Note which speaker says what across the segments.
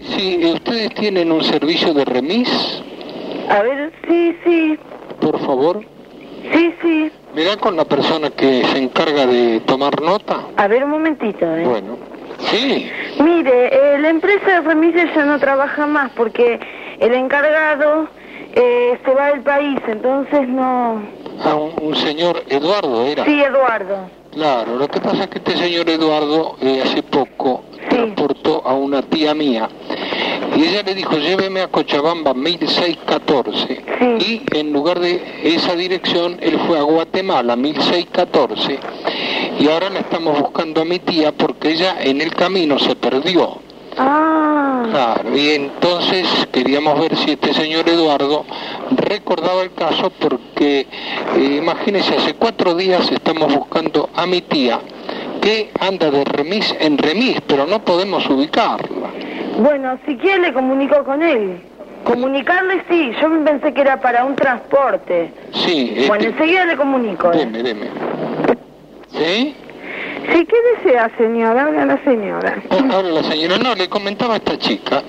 Speaker 1: Sí, ¿ustedes tienen un servicio de remis?
Speaker 2: A ver, sí, sí,
Speaker 1: Por favor.
Speaker 2: sí, sí.
Speaker 1: ¿Me da con la persona que se encarga de tomar nota?
Speaker 2: A ver, un momentito, ¿eh?
Speaker 1: Bueno. Sí.
Speaker 2: Mire, eh, la empresa de remises ya no trabaja más porque el encargado eh, se va del país, entonces no...
Speaker 1: A un, un señor Eduardo era.
Speaker 2: Sí, Eduardo.
Speaker 1: Claro, lo que pasa es que este señor Eduardo eh, hace poco transportó a una tía mía y ella le dijo, lléveme a Cochabamba 1614 y en lugar de esa dirección él fue a Guatemala 1614 y ahora la estamos buscando a mi tía porque ella en el camino se perdió.
Speaker 2: Ah,
Speaker 1: Claro, y entonces queríamos ver si este señor Eduardo recordaba el caso porque eh, imagínense, hace cuatro días estamos buscando a mi tía que anda de remis en remis, pero no podemos ubicarla.
Speaker 2: bueno, si quiere le comunico con él. Comunicarle sí, yo pensé que era para un transporte.
Speaker 1: Sí, eh,
Speaker 2: Bueno, enseguida le comunico. ¿eh?
Speaker 1: deme, deme. ¿Sí?
Speaker 2: Sí, ¿qué desea, señora? Habla la señora. Mm,
Speaker 1: Ahora Ah, la señora, no, le comentaba a esta chica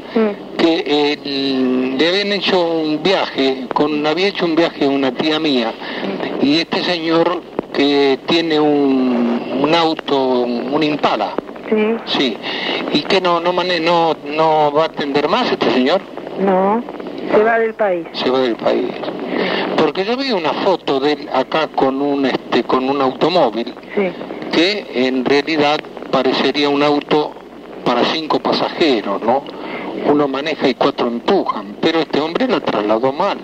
Speaker 1: que eh, le habían hecho un viaje, con, había hecho un viaje una tía mía, y este señor que tiene un, un auto, un impala,
Speaker 2: Sí,
Speaker 1: sí, y que no, no, mane- no, no va a atender más este señor,
Speaker 2: no, se va del país.
Speaker 1: se va del país. Porque yo vi una foto de él acá con un, este, con un automóvil
Speaker 2: Sí.
Speaker 1: que en realidad parecería un auto para cinco pasajeros, ¿no? Uno maneja y cuatro empujan, pero este hombre lo trasladó mal.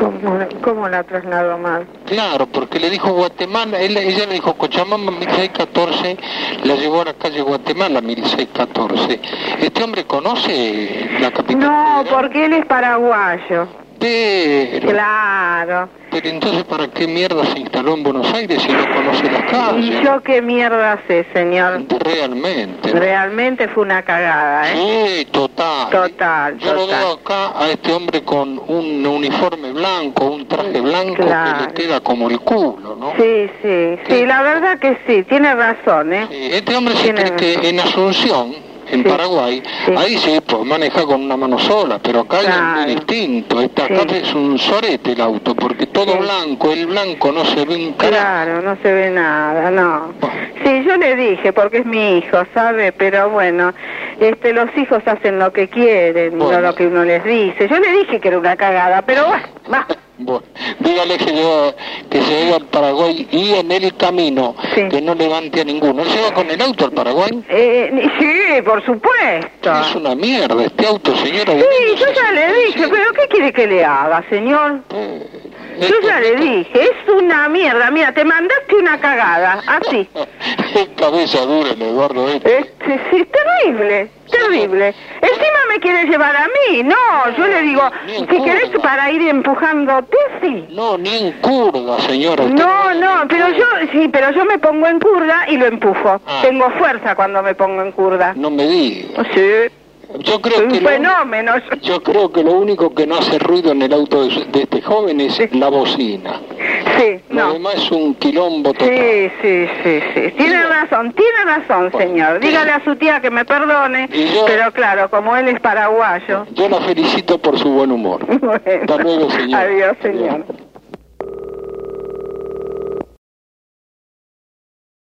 Speaker 2: ¿Cómo, cómo la trasladó mal?
Speaker 1: Claro, porque le dijo Guatemala, él- ella le dijo Cochabamba 1614, la llevó a la calle Guatemala 1614. ¿Este hombre conoce la capital?
Speaker 2: No, porque él es paraguayo.
Speaker 1: Pero,
Speaker 2: Claro.
Speaker 1: pero entonces, ¿para qué mierda se instaló en Buenos Aires si no conoce las
Speaker 2: ¿Y
Speaker 1: calles?
Speaker 2: yo qué mierda sé, señor?
Speaker 1: Realmente.
Speaker 2: Realmente fue una cagada, ¿eh?
Speaker 1: Sí, total.
Speaker 2: Total,
Speaker 1: Yo lo veo
Speaker 2: total.
Speaker 1: acá a este hombre con un uniforme blanco, un traje blanco que
Speaker 2: Claro.
Speaker 1: le queda como el culo, ¿no?
Speaker 2: Sí, sí, sí, la verdad que sí, tiene razón, ¿eh?
Speaker 1: Eh, Este hombre se
Speaker 2: Tiene
Speaker 1: cree que en Asunción, en Paraguay, ahí sí, pues maneja con una mano sola, pero acá es
Speaker 2: Claro.
Speaker 1: muy distinto. Esta acá es un sorete el auto, porque todo blanco, el blanco no se ve un carajo.
Speaker 2: Claro, no se ve nada, no. Sí, yo le dije, porque es mi hijo, ¿sabe? Pero bueno, este, los hijos hacen lo que quieren, no lo que uno les dice. Yo le dije que era una cagada, pero bueno, va.
Speaker 1: Bueno, dígale que, yo, que se vaya al Paraguay y en el camino, que no levante a ninguno. ¿Él se va con el auto al Paraguay?
Speaker 2: Eh, ni- sí, por supuesto.
Speaker 1: Es una mierda este auto, señora.
Speaker 2: Sí, yo ya le dije, pero ¿qué quiere que le haga, señor?
Speaker 1: Eh,
Speaker 2: Yo ya le dije, es una mierda, mira, te mandaste una cagada, así.
Speaker 1: Qué cabeza dura el Eduardo este.
Speaker 2: Sí, sí, terrible, terrible. Encima me quiere llevar a mí, no, yo le digo, si querés para ir empujándote, sí.
Speaker 1: No, ni en curda, señora. usted
Speaker 2: No, no, pero yo, sí, pero yo me pongo en curda y lo empujo. Tengo fuerza cuando me pongo en curda.
Speaker 1: No me diga. Yo creo que
Speaker 2: Un
Speaker 1: lo-
Speaker 2: fenómeno.
Speaker 1: yo creo que lo único que no hace ruido en el auto de, su- de este joven es la bocina.
Speaker 2: Sí,
Speaker 1: Lo demás es un quilombo total.
Speaker 2: Sí, sí, sí, sí. Tiene razón, tiene razón, señor. Dígale a su tía que me perdone, pero claro, como él es paraguayo.
Speaker 1: Yo la felicito por su buen humor. Hasta luego, señora.
Speaker 2: Adiós, señor.